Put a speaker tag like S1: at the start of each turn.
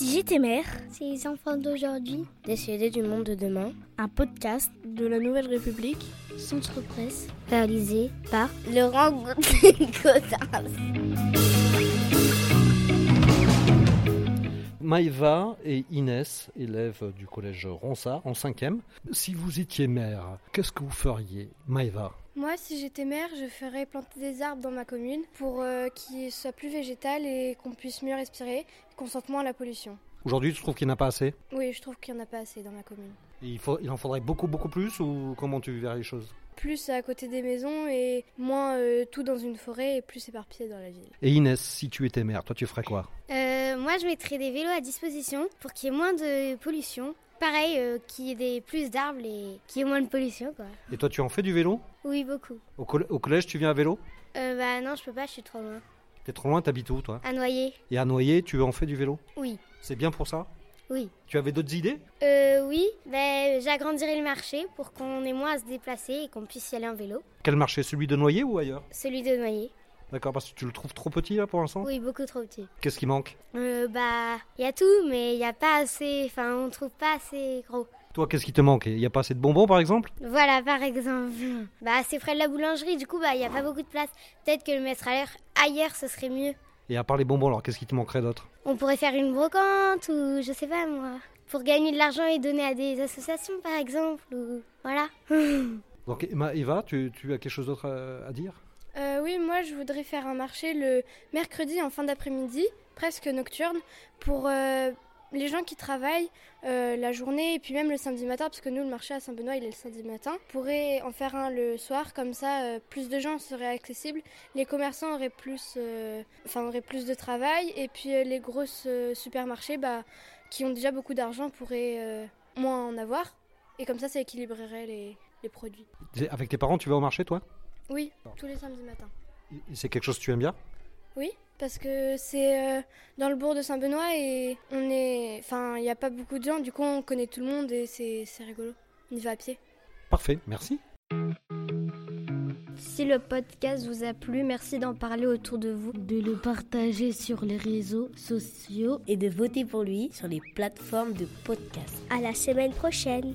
S1: JTMR,
S2: C'est les enfants d'aujourd'hui,
S3: Décédé du monde de demain,
S1: un podcast de la Nouvelle République.
S2: Centre Presse, réalisé par
S3: Laurent Gaudin.
S4: Maëva et Inès, élèves du collège Ronsard en 5e. Si vous étiez maire, qu'est-ce que vous feriez, Maëva
S5: Moi, si j'étais maire, je ferais planter des arbres dans ma commune pour euh, qu'ils soient plus végétal et qu'on puisse mieux respirer, qu'on sente moins la pollution.
S4: Aujourd'hui, tu trouves qu'il n'y en a pas assez
S5: Oui, je trouve qu'il n'y en a pas assez dans ma commune.
S4: il, faut- il en faudrait beaucoup, beaucoup plus ou comment tu verrais les choses
S5: Plus à côté des maisons et moins euh, tout dans une forêt et plus éparpillé dans la ville.
S4: Et Inès, si tu étais maire, toi, tu ferais quoi
S2: Euh, moi, je mettrais des vélos à disposition pour qu'il y ait moins de pollution. Pareil, euh, qu'il y ait des- plus d'arbres et qu'il y ait moins de pollution, quoi.
S4: Et toi, tu en fais du vélo
S2: Oui, beaucoup.
S4: au, coll- au collège, tu viens à vélo
S2: Euh, bah non, je peux pas, je suis trop loin.
S4: T'es trop loin, t'habites où, toi
S2: À noyer
S4: Et à Noyer, tu en fais du vélo
S2: Oui.
S4: C'est bien pour ça
S2: Oui.
S4: Tu avais d'autres idées
S2: Euh, oui, ben, j'agrandirai le marché pour qu'on ait moins à se déplacer et qu'on puisse y aller en vélo.
S4: Quel marché Celui de Noyer ou ailleurs
S2: Celui de noyer
S4: D'accord, parce que tu le trouves trop petit là pour l'instant
S2: Oui, beaucoup trop petit.
S4: Qu'est-ce qui manque
S2: Euh, bah, il y a tout, mais il n'y a pas assez. Enfin, on trouve pas assez gros.
S4: Toi, qu'est-ce qui te manque Il n'y a pas assez de bonbons par exemple
S2: Voilà, par exemple. Bah, c'est près de la boulangerie, du coup, bah, il n'y a pas beaucoup de place. Peut-être que le mettre à l'air ailleurs, ce serait mieux.
S4: Et à part les bonbons, alors qu'est-ce qui te manquerait d'autre
S2: On pourrait faire une brocante ou je sais pas moi. Pour gagner de l'argent et donner à des associations, par exemple. Ou voilà.
S4: Donc Emma, Eva, tu, tu as quelque chose d'autre à, à dire
S5: Euh, oui, moi, je voudrais faire un marché le mercredi en fin d'après-midi, presque nocturne, pour euh, les gens qui travaillent euh, la journée et puis même le samedi matin, parce que nous, le marché à Saint-Benoît, il est le samedi matin. pourrait en faire un le soir, comme ça, euh, plus de gens seraient accessibles, les commerçants auraient plus, euh, enfin, auraient plus de travail, et puis euh, les grosses euh, supermarchés, bah, qui ont déjà beaucoup d'argent, pourraient euh, moins en avoir, et comme ça, ça équilibrerait les, les produits.
S4: Avec tes parents, tu vas au marché toi
S5: Oui, tous les samedis matins.
S4: Et C'est quelque chose que tu aimes bien
S5: Oui, parce que c'est euh, dans le bourg de Saint-Benoît et on est, enfin, il n'y a pas beaucoup de gens, du coup on connaît tout le monde et c'est c'est rigolo. On y va à pied.
S4: Parfait, merci.
S6: Si le podcast vous a plu, merci d'en parler autour de vous.
S1: De le partager sur les réseaux sociaux.
S3: Et de voter pour lui sur les plateformes de podcast.
S2: À la semaine prochaine.